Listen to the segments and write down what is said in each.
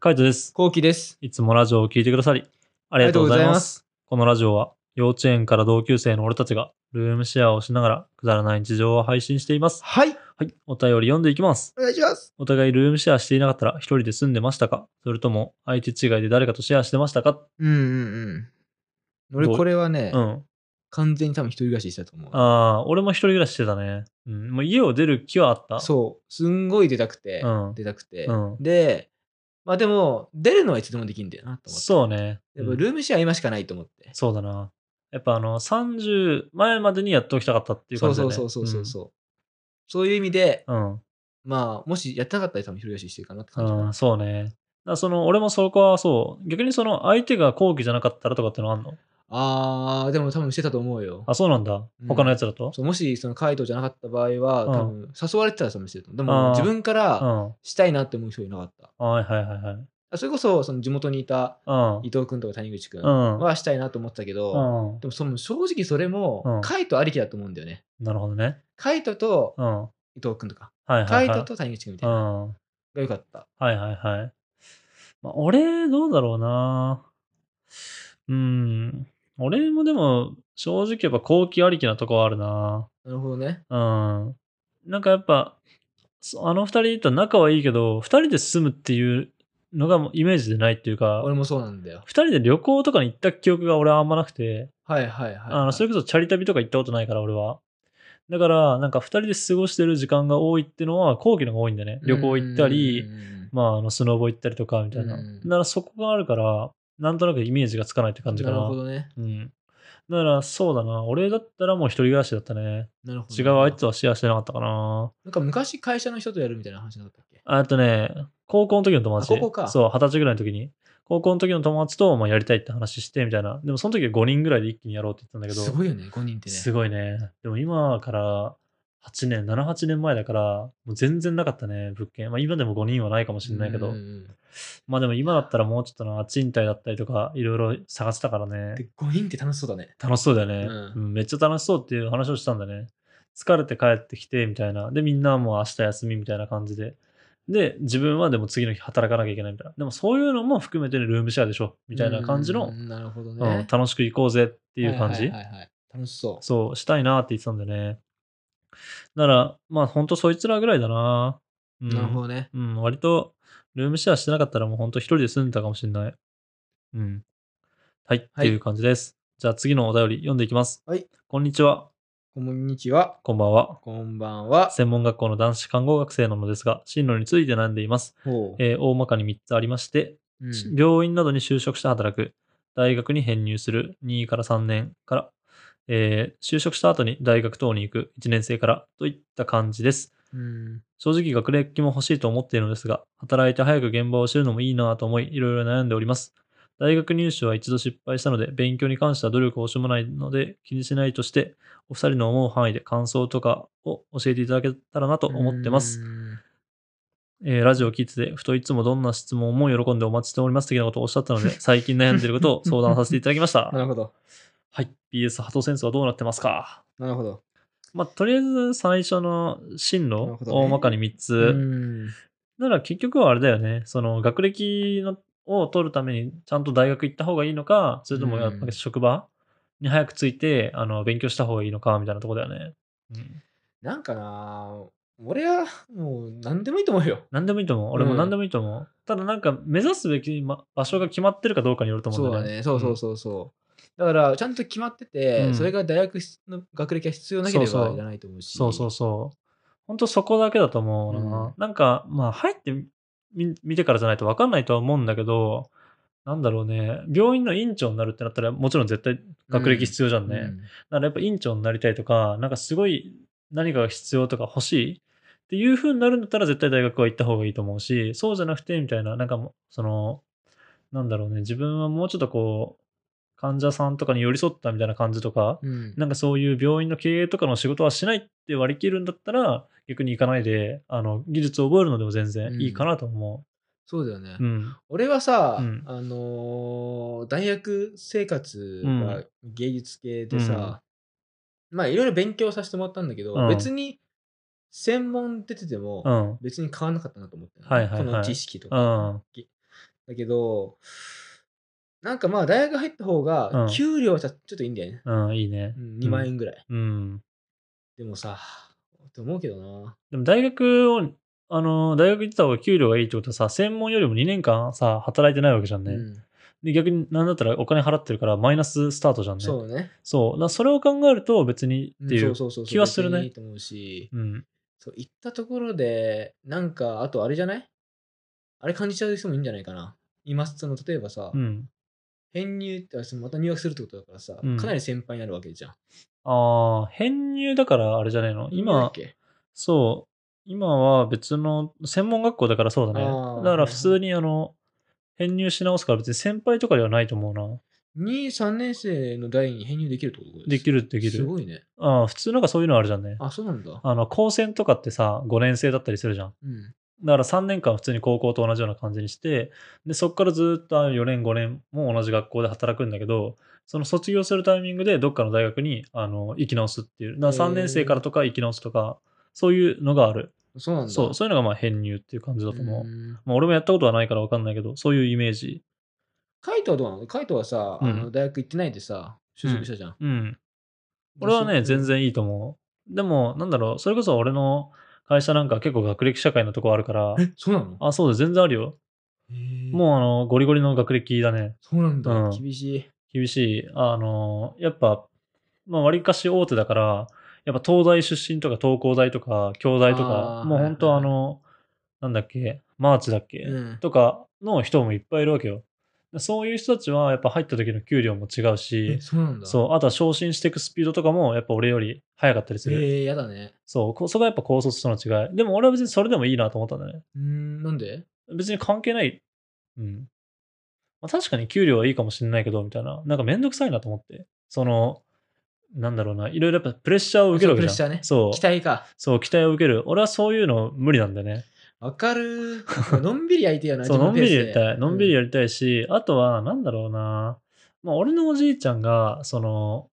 カイトです。こうきです。いつもラジオを聞いてくださり、ありがとうございありがとうございま。ますこのラジオは、幼稚園から同級生の俺たちが、ルームシェアをしながら、くだらない日常を配信しています。はい、はい、お便り読んでいきます。お願いします。お互いルームシェアしていなかったら、一人で住んでましたかそれとも、相手違いで誰かとシェアしてましたかうんうんうん。俺どうこれはね、うん。完全に多分一人暮らししたと思う。ああー、俺も一人暮らししてたね。うん。もう家を出る気はあった。そう、すんごい出たくて、うん出たくて、うんで、まあでも、出るのはいつでもできるんだよなと思って。そうね。やうっぱんルームシェア今しかないと思って。そうだな。やっぱあの、30前までにやっておきたかったっていうそ感うじそだうね。そうそうそうそう。そういう意味で、うん。うん。まあ、もしやってなかったら多分一人暮らししてるかなって感じかあなーそうね。だからその、俺もそこはそう、逆にその、相手が後期じゃなかったらとかってのあんのあー、でも多分してたと思うよ。あ、そうなんだ。うん他のやつだと、そうもし、そのカイトじゃなかった場合は、多う分誘われてたら多分してると思う。であーも、自分かうらん、したいなって思う人いなかった。はいはいはいはい。あそれこそその地元にいたうん。伊藤君とか谷口君うんはしたいなと思ってたけど、うん。でもその正直それうんもカイトありきだと思うんだよね。なるほどね。カイトとうん。は伊藤君とか、いはい、はカい。イトと谷口君みたういなのん。はが良かった。いはいはい。まあ、俺、どうだろうな。うん。俺もでも、正直やっぱ後期ありきなとこはあるな。なるほどね。うん。なんかやっぱ、そあの二人と仲はいいけど、二人で住むっていうのがもうイメージでないっていうか、俺もそうなんだよ。二人で旅行とかに行った記憶が俺はあんまなくて、はいはいはい、あのそれこそチャリ旅とか行ったことないから俺は。だから、なんか二人で過ごしてる時間が多いってのは、後期の方が多いんだよね。旅行行ったうり、んうんうんまあ、あのスノーボ行ったりとかみたいな。うんだからそこがあるから、なんとなくイメージがつかないって感じかなな。るほどね。うん。だから、そうだな。俺だったらもう一人暮らしだったね。なるほど違うあいつとはシェアしてなかったかな。なんか昔会社の人とやるみたいな話なかったっけあとね、高校の時の友達。あ高校かそう、二十歳ぐらいの時に。高校の時の友達と、まあ、やりたいって話して、みたいな。でも、その時は5人ぐらいで一気にやろうって言ってたんだけど。すごいよね、5人ってね。すごいね。でも、今から8年、7、8年前だから、もう全然なかったね、物件。まあ、今でも5人はないかもしれないけど。うんうんまあ、でも今だったらもうちょっとな、賃貸だったりとか、いろいろ探してたからうんね。で5人って楽しそうだね。楽しそうだよね、うんうんめっちゃ楽しそうっていう話をしたんだね。疲れて帰ってきて、みたいな。で、みんなはもう明日休みみたいな感じで。で、自分はでも次の日働かなきゃいけないみたいな。でもそういうのも含めてルームシェアでしょみたいな感じの、ううんんなるほどね。楽しく行こうぜっていう感じ。はいはいはいはい楽しそう。そう、したいなって言ってたんだよね。なら、まあ、ほんとそいつらぐらいだな。うん、なるほどね。うん、割と、ルームシェアしてなかったらもうほんと一人で住んでたかもしれない。うん。はい、ってはいいう感じです。じゃあ次のお便り読んでいきます。はい。こんにちは。こんにちは。こんばんは。こんばんは。専門学校の男子看護学生なのですが、進路について悩んでいます。ほうえー大まかに3つありまして、うん病院などに就職して働く、大学に編入する2から3年から、えー就職した後に大学等に行く1年生からといった感じです。うん正直学歴も欲しいと思っているのですが、働いて早く現場を知るのもいいなと思い、いろいろ悩んでおります。大学入試は一度失敗したので、勉強に関しては努力を惜しまないので気にしないとして、お二人の思う範囲で感想とかを教えていただけたらなと思ってます。。うんえーラジオを聞いてて、ふといつもどんな質問も喜んでお待ちしております的なことをおっしゃったの で、最近悩んでいることを相談させていただきましたな。るほど。はい。PS ハトセンスはどうなってますかなるほど。まあ、とりあえず最初の進な路る、ほどね大まかに3つ。うんだから結局はあれだよね、その学歴のを取るためにちゃんと大学行った方がいいのか、それともやっぱうりん職場に早くついてあの勉強した方がいいのかみたいなとこだよね。うん、なんかな、俺はもう何でもいいと思うよ。何でもいいと思う。俺もうん何でもいいと思う。ただなんか目指すべきま場所が決まってるかどうかによると思そううんだだよね。ね。そうそうそうそう。だから、ちゃんと決まってうて、んそれが大学の学歴が必要なけれそうばそういらないと思うし。そうそうそう。本当そこだけだと思うな。うんなんか、まあ、入ってみ見てからじゃないと分かんないとは思うんだけど、なんだろうね、病院の院長になるってなったら、もちろん絶対学歴必要じゃんね。うんだからやっぱ院長になりたいとか、なんかすごい何かが必要とか欲しいっていう風になるんだったら絶対大学は行った方がいいと思うし、そうじゃなくてみたいな、なんかもうその、なんだろうね、自分はもうちょっとこう、患者さんとかに寄り添ったみたいな感じとか、うんなんかそういう病院の経営とかの仕事はしないって割り切るんだったら、逆に行かないで、あの、技術を覚えるのでも全然いいかなと思そうだよねう。う。ん。俺はさ、うんあのー大学生活が芸術系でさ、まあいろいろ勉強させてもらったんだけど、うん別に専門出ててもうん。別に変わんなかったなと思って、はいはいはいこの知識とうか、ん。ぎだけど、なんかまあ大学入った方うがん、給料はちょっといいんだよね。うん、いいねう。ん、2万円ぐらい。うん。でもさ、って思うけどな。でも大学を、あの、大学行ってた方が給料がいいってことはさ、専門よりも2年間さ、働いてないわけじゃんね。うんで、逆になんだったらお金払ってるからマイナススタートじゃんね。そうね。そう。だからそれを考えると別にうんっていう。そうそうそうそう気はするね別にいいと思うし、うん。そう、行ったところで、なんか、あとあれじゃないあれ感じちゃう人もいいんじゃないかな。今、その、例えばさ、うん。編入って、あそのまた入学するってことだからさ、うんかなり先輩になるわけじゃん。ああ、編入だからあれじゃないのなんだっ今、けそう。今は別の専門学校だからそうだねあー。だから普通にあの、編入し直すから別に先輩とかではないと思うな。 2、3年生の代に編入できるってことできる、るできする。ごいね。ああ普通なんかそういうのあるじゃんね。あ、そうなんだ。あの、高専とかってさ、5年生だったりするじゃん。うん。だから3年間普通に高校と同じような感じにして、で、そこからずっと4年5年も同じ学校で働くんだけど、その卒業するタイミングでどっかの大学に、あの、行き直すっていう。だから3年生からとか行き直すとか、そういうのがある。そうなんだ。そう、そういうのがまあ編入っていう感じだと思う。うんまあ俺もやったことはないからわかんないけど、そういうイメージ。カイトはどうなのカイトはさ、うんあの大学行ってないでさ、就職したじゃん。うん。俺はね、全。然いいと思う。でも、なんだろう、それこそ俺の会社なんか結構学歴社会のとこある から、え、そうなのあ、そうだ、全然あるよ。もう。もうあの、ゴリゴリの学歴だね。そうなんだ。うん厳しい。厳しい。あの、やっぱ、まあ、割かし大手だから、やっぱ東大出身とか東工大とか、京大とか、あーもう本当あの、なんだっけ、マーチだっけ、うん。とかの人もいっぱいいるわけよ。そういう人たちはやっぱ入った時の給料も違うえ、し、そうなんだ。そう、あとは昇進していくスピードとかもやっぱ俺より早かったりすえる。ー、やだね。そう、こそこがやっぱ高卒との違い。でも俺は別にそれでもいいなと思ったんだね。うーん、なんで別に関係ない。うん。まあ、確かに給料はいいかもしれないけど、みたいな。なんかめんどくさいなと思って。その、なんだろうな、いろいろやっぱプレッシャーを受けるわけじゃん。そそうう、期待か。そう、期待を受ける。俺はそういうの無理なんだよね。わ かる。のんびりやりてえよな。そう、のんびりやりたい。自分のんのびペりースでやりたいし、あとは、なんだろうな。まあ、俺のおじいちゃんが、その、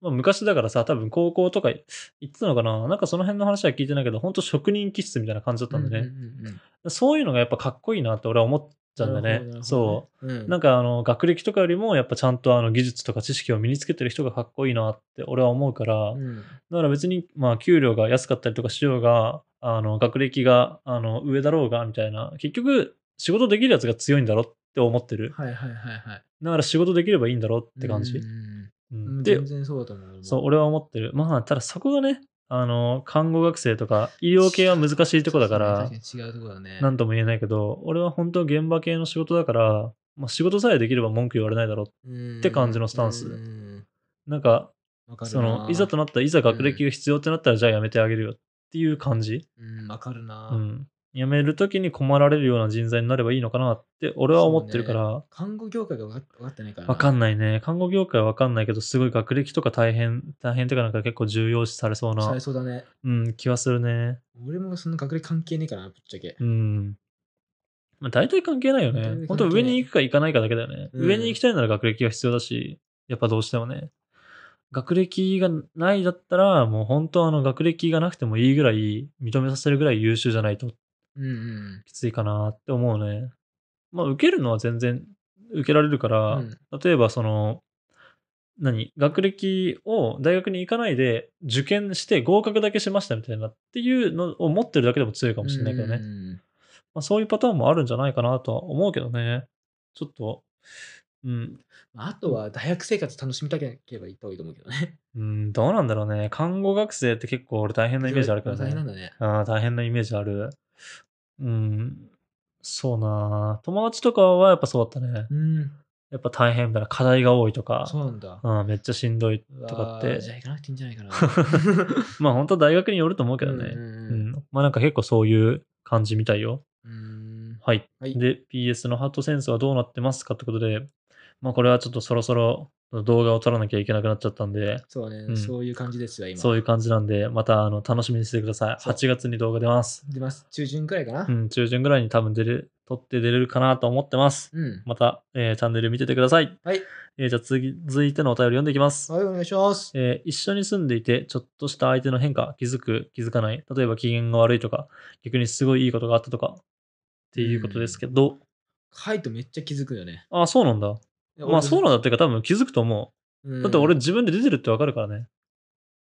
まあ、昔だからさ、多分高校とか行ってたのかな。なんかその辺の話は聞いてないけど、本当職人気質みたいな感じだったんだよね。うんうんうんうんそういうのがやっぱかっこいいなって俺は思っちゃうんだねなるほどなるほど。ねそう。うん。なんかあの学歴とかよりもやっぱちゃんとあの技術とか知識を身につけてる人がかっこいいなって俺は思うから、だうんから別にまあ給料が安かったりとかしようがあの学歴があの上だろうがみたいな結局仕事できるやつが強いんだろって思ってるはいはいはいはい。だから仕事できればいいんだろって感じう、んうんうんうん。で全然そうだと思う。そう俺は思ってるまあただそこがねあの看護学生とか医療系は難しいとこだからそうそうね確かに違うとこだね。何とも言えないけど俺は本当現場系の仕事だから、まあ、仕事さえできれば文句言われないだろうって感じのスタンスうんなんかわかるなそのいざとなったらいざ学歴が必要ってなったら、じゃあやめてあげるよっていう感じ、うん、わかるな、うん、やめるときに困られるような人材になればいいのかなって俺は思ってるから、看護業界がわかわかってないから。わかんない。ないね看護業界はわかんないけどすごい学歴とか大変大変とかなんか結構重要視されそうさなれ、そうだね。うん、気はするね俺もそんな学歴関係ねえからな、ぶっちゃけ。うんまあ、大体関係ないよ大体関係なねい。本当上に行くか行かないかだけだよね。うん上に行きたいなら学歴が必要だし、やっぱどうしてもね。学歴がないだったら、もう本当あの学歴がなくてもいいぐらい、認めさせるぐらい優秀じゃないとうんうん。きついかなって思うね。まあ受けるのは全然受けられるから、うん例えばその、何学歴を大学に行かないで受験して合格だけしましたみたいなっていうのを持ってるだけでも強いかもしれないけどね。うんうんうんまあ、そういうパターンもあるんじゃないかなとは思うけどね。ちょっと、うん、あとは大学生活楽しみたければ行った方がいいと思うけどね。うん、どうなんだろうね。看護学生って結構俺大変なイメージあるから大変なんね。だね。ああ大変なイメージある。うん、そうなあ。友達とかはやっぱそうだったね。うん。やっぱ大変みたいな、課題が多いとか、そうなんだ。うん、めっちゃしんどいとかっうわーてじ、ゃあ行かなくていいんじゃない かな。まあ本当大学によると思うけうどんうね。うんん、まあなんか結構そういう感じみたいよ。うんうん。はい。はいで、PS のハートセンスはどうなってますかってことで、まあこれはちょっとそろそろ動画を撮らなきゃいけなくなっちゃったんで、そうね、んそういう感じですよ、今。そういう感じなんで、またあの楽しみにしてください。そう8月に動画出ます。出ます。中旬くらいかな。うん、中旬ぐらいに多分出る、撮って出れるかなと思ってます。うん。また、えーチャンネル見ててください。はい。えーじゃあ次続いてのお便り読んでいきます。はい、お願いします。えー一緒に住んでいて、ちょっとした相手の変化、気づく、気づかない、例えば機嫌が悪いとか、逆にすごいいいことがあったとか、っていうことですけど、カイトめっちゃ気づくよね。ああ、そうなんだ。まあそうなんだっていうか多分気づくと思うう。んだって俺自分で出てるってわかるからね。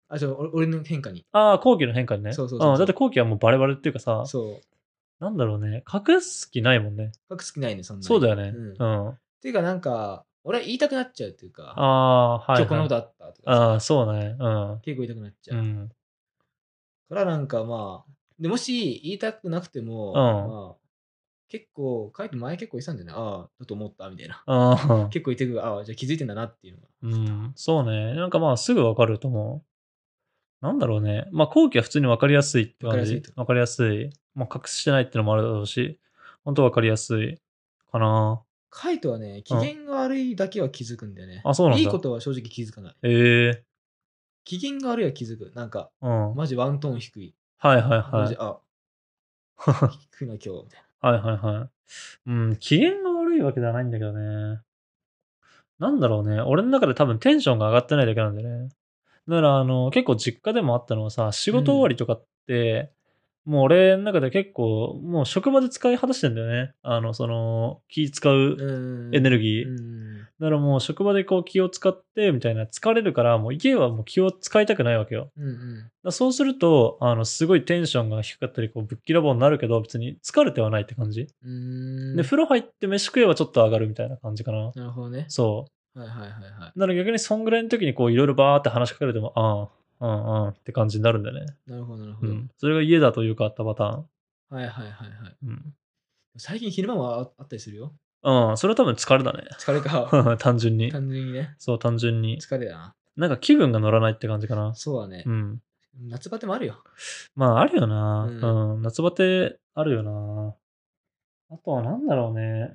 あ、そう、俺俺の変化に。ああ、後期の変化にね。そうそうそうそうんだって後期はもうバレバレっていうかさ、そう。なんだろうね。隠す気ないもんね。深く好きないね、そんなに。そうだよね。うんうっん。あていうか、なんか、俺は言いたくなっちゃうっていうか、あ、はい、はい。今日このことあったとかさああ、そうね。うん。結構言いたくなっちうゃう。ん。からなんかまあ、でもし言いたくなくても、んまあ、結構、カイト前結構言ってたんだよね。ああ、だと思ったみたいな。ああ、結構言ってくる、ああ、じゃあ気づいてんだなっていうのが。うん。そうね。なんかまあすぐわかると思う。なんだろうね。まあ後期は普通にわかりやすいって感じ。わかりやすい。まあ隠してないってのもあるだろうし、本当わかりやすいかな。カイトはね、機嫌が悪いだけは気づくんだよね。あそうなんだいいことは正直気づかない。ええ機嫌が悪いは気づく。なんか、うん。はいマジワントーン低い。はいマはジ、い。 あ、低いな今日。みたいなはいはいはい。うん、機嫌が悪いわけではないんだけどね。なんだろうね。俺の中で多分テンションが上がってないだけなんだよね。だから、あの、結構実家でもあったのはさ、仕事終わりとかって、もう俺の中で結構、もう職場で使い果たしてんだよね。あの、その、気使ううん。エネルギー。うんだからもう職場でこう気を使ってみたいな、疲れるから、もう家はもう気を使いたくないわけよ。うんうんだそうすると、あの、すごいテンションが低かったり、こう、ぶっきらぼうになるけど、別に疲れてはないって感じ。うーん。で、風呂入って飯食えばちょっと上がるみたいな感じかな。なるほどね。そはいはいはいはう。だから逆にそんぐらいの時に、こう、いろいろバーって話しかけられても、ああ、うんうんって感じになるんだよね。い。なるほどなるほうど。ん。それが家だというかあったパターン。はいはいはいはい。うん。最近昼間もああったりするよ。うん、それは多分疲れだね。 疲れか。単純に。 単純にね。そう、単純に。疲れだな。なんか気分が乗らないって感じかな。そうだねう。ん。夏バテもあるよ。まあ、あるよな、ううんん。夏バテあるよな。あとはなんだろうね。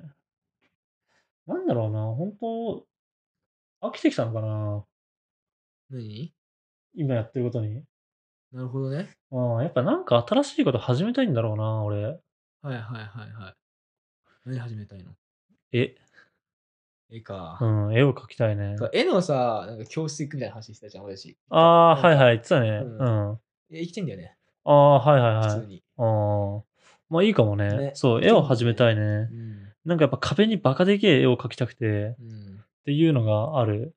なんだろうな。本当飽きてきたのかな。何今やってることに。なるほどね。うん。やっぱなんか新しいこと始めたいんだろうな、俺。はいはいはいはい。何始めたいの絵。絵か。うん。絵を描きたいね。絵のさ、なんか教室行くみたいな話してたじゃん、俺し。ああ、はいはい。言ってたね。ううんん。え生きてんだよね、ああ、はいはいはい。普通あに。あ。まあいいかもね。ねそう、絵を始めたいね。うん。なんかやっぱ壁にバカでけえ絵を描きたくて。うん。っていうのがある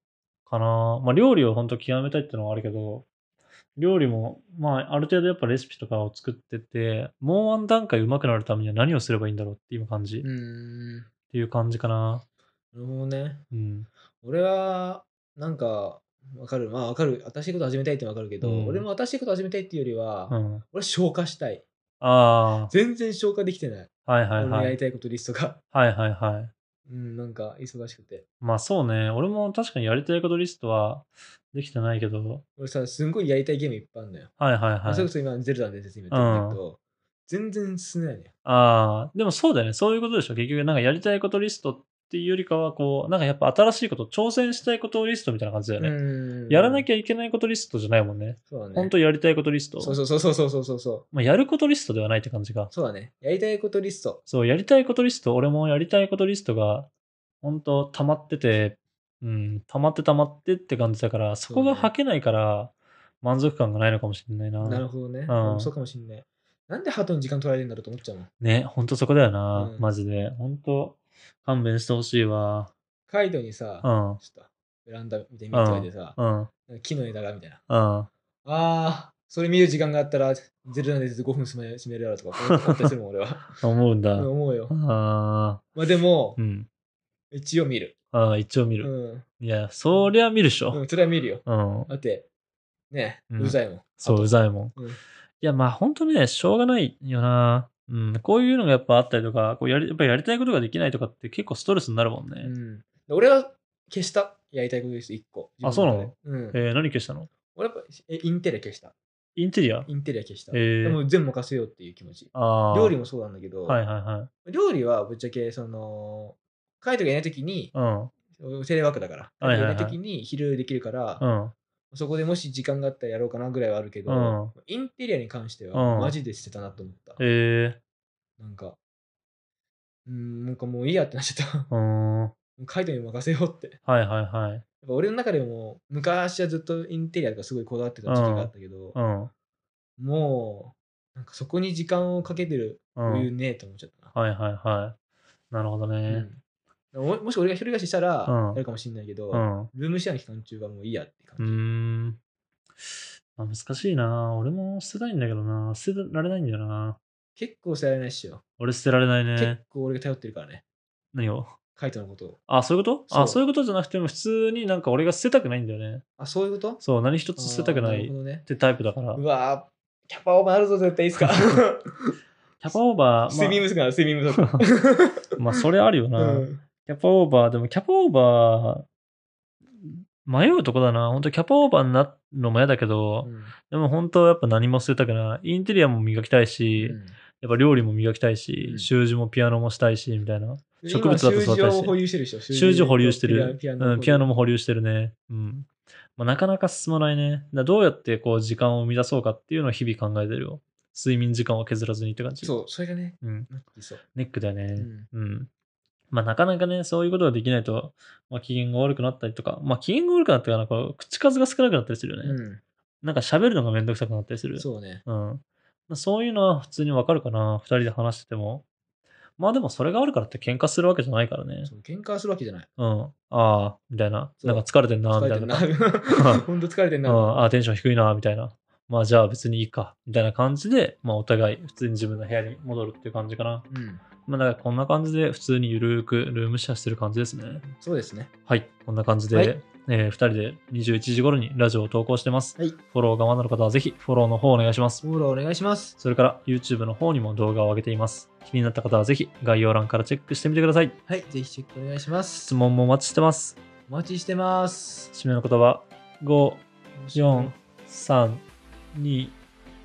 かな。まあ、料理を本当極めたいってのはあるけど、料理も、まあ、ある程度やっぱレシピとかを作ってて、もうワン段階上手くなるためには何をすればいいんだろうっていう感じ、うっん。なていう感じかな。るほどね。うん。俺は、なんか、わかる。まあわかる。新しいこと始めたいってわかるけど、うん俺も新しいこと始めたいっていうよりは、うん。俺消化したい。あ全然消化できてない。あ、はいはい俺のはやりい。たいことリストが。はいはいはい。うん、なんか忙しくて。まあそうね。俺も確かにやりたいことリストはできてないけど、俺さ、すんごいやりたいゲームいっぱいあるんだよ。はいはいはあそれこい。そ今、ゼルダの伝説今やってるんだけど、全然進めないね。ああ、でもそうだよね。そういうことでしょ。結局、なんかやりたいことリストっていうよりかは、こう、なんかやっぱ新しいこと、挑戦したいことリストみたいな感じだよね。うんやらなきゃいけないことリストじゃないもんね。そうだね。本当やりたいことリスト。そうそうそうそうそうそうそう。まあ、やることリストではないって感じか。そうだね。やりたいことリスト。そう、やりたいことリスト、俺もやりたいことリストが、本当溜まってて、うん、溜まって溜まってって感じだから、そこがそうね吐けないから、満足感がないのかもしれないな。なるほどね。うんうんそうかもしんない。なんでハトに時間取られるんだろうと思っちゃうもん。ね、本当そこだよな、うんマジで。本当勘弁してほしいわ。カイドにさ、うん、ちょっとベランダ見て見といてさ、うん、木の枝がみたいな。うん。あー、それ見る時間があったら、ゼルダの伝説5分進め進めるやろとか思ったりするもん、俺は。思うんだ。うん思うよ。ああ、まあでもう、ん。一応見る。ああ、一応見うる。ん。いや、そりゃ見るっしうょ。ん、それは見るよ。うん。だって、ね、ううんるさいもん。そう、うざいもん。うんいや、まあ本当にね、しょうがないよな。うん、こういうのがやっぱあったりとか、こうやりやっぱやりたいことができないとかって結構ストレスになるもんね。うん。で俺は消した。やりたいことです、1個。あそうなの自分中でうん。えー何消したの俺やっぱ、えインテリア消した。インテリアインテリア消した。えーでも全部任せようっていう気持ち。ああ。料理もそうなんだけど、はいはいはい。料理はぶっちゃけ、その、カイトがいないときに、うん。テレワークだから、カはイいトはいはがいいないときに昼できるから、うん。そこでもし時間があったらやろうかなぐらいはあるけど、うんインテリアに関してうは、んマジで捨てたなと思った。えなんか、うーん、なんかもういいやってなっちゃった。 ー、うーん。はいカイトに任せようって。やはいはい。っぱ俺の中でも、昔はずっとインテリアとかすごいこだわってた時期があったけどう、ん。もう、なんかそこに時間をかけてるうん。余裕ねえと思っちゃったな。はいはいはなるほどね。うんももし俺が一人暮らししたら、うんやるかもしれないけど、うん。うルームシェアの期間中はもういいやってー感じ。ん。まあ、難しいな。俺も捨てたいんだけどな。捨てられないんだよな。結構捨てられないっしょ。俺捨てられないね結。構俺が頼ってるからね、何をカイトのことを。あ、そういうことそうあ、そういうことじゃなくても、普通になんか俺が捨てたくないんだよね。あ、そういうことそう、何一つ捨てたくなあーるいっほどね。てタイプだから。うキわーキャパオーバーあるぞ、絶対いいっす か。ャパオーバ睡眠ー、不足なの、睡眠不足。 まあ、まあ、それあるよな。 うんキャパオーバー、でもキャパオーバー、迷うとこだな。本当キャパオーバーになるのも嫌だけど、うんでも本当やっぱ何も捨てたくない。インテリアも磨きたいし、やっぱ料理も磨きたいし、うん習字もピアノもしたいし、みたいな。うん植物だと育たないし今習字を保有してるでしょ。習字保留してピアノる。ピアノ,、うん、ピアノも保留してるね。うん。まあ、なかなか進まないね。だからどうやってこう時間を生み出そうかっていうのを日々考えてるよ。睡眠時間を削らずにって感じ。そう、それがね、う。ん。なんかいいそう。ネックだよね。うんうん。まあ、なかなかね、そういうことができないと、まあ、機嫌が悪くなったりとか、まあ、機嫌が悪くなったから、こう口数が少なくなったりするよね。うなんか喋るのがめんどくさくなったりする。ん、そうね。うん。まあそういうのは普通にわかるかな、二人で話してても。まあでもそれがあるからって喧嘩するわけじゃないからねそ。う喧嘩するわけじゃない。うん。ああ、みたいな。そうなんか疲れてんな、疲みれたていんなな。。本当疲れてんうな。ん、ああ、テンション低いな、みたいな。まあじゃあ別にいいか、みたいな感じで、まあお互い普通に自分の部屋に戻るっていう感じかな。うん、まあだからこんな感じで普通にゆるーくルームシェアしてる感じですね。そうですね。はい、こんな感じで、はいえ2人で21時頃にラジオを投稿してます。はいフォローがまだの方はぜひフォローの方お願いします。フォローお願いします。それから YouTube の方にも動画を上げています。気になった方はぜひ概要欄からチェックしてみてください。はい、ぜひチェックお願いしま質す。問もお待ちしてます。お待ちしてます。締めの言葉、5、4、3、2、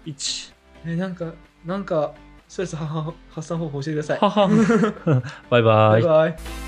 1。え、なんか、 なんか、ストレス発散発散方法教えてください。ははバイババイイ。バイ。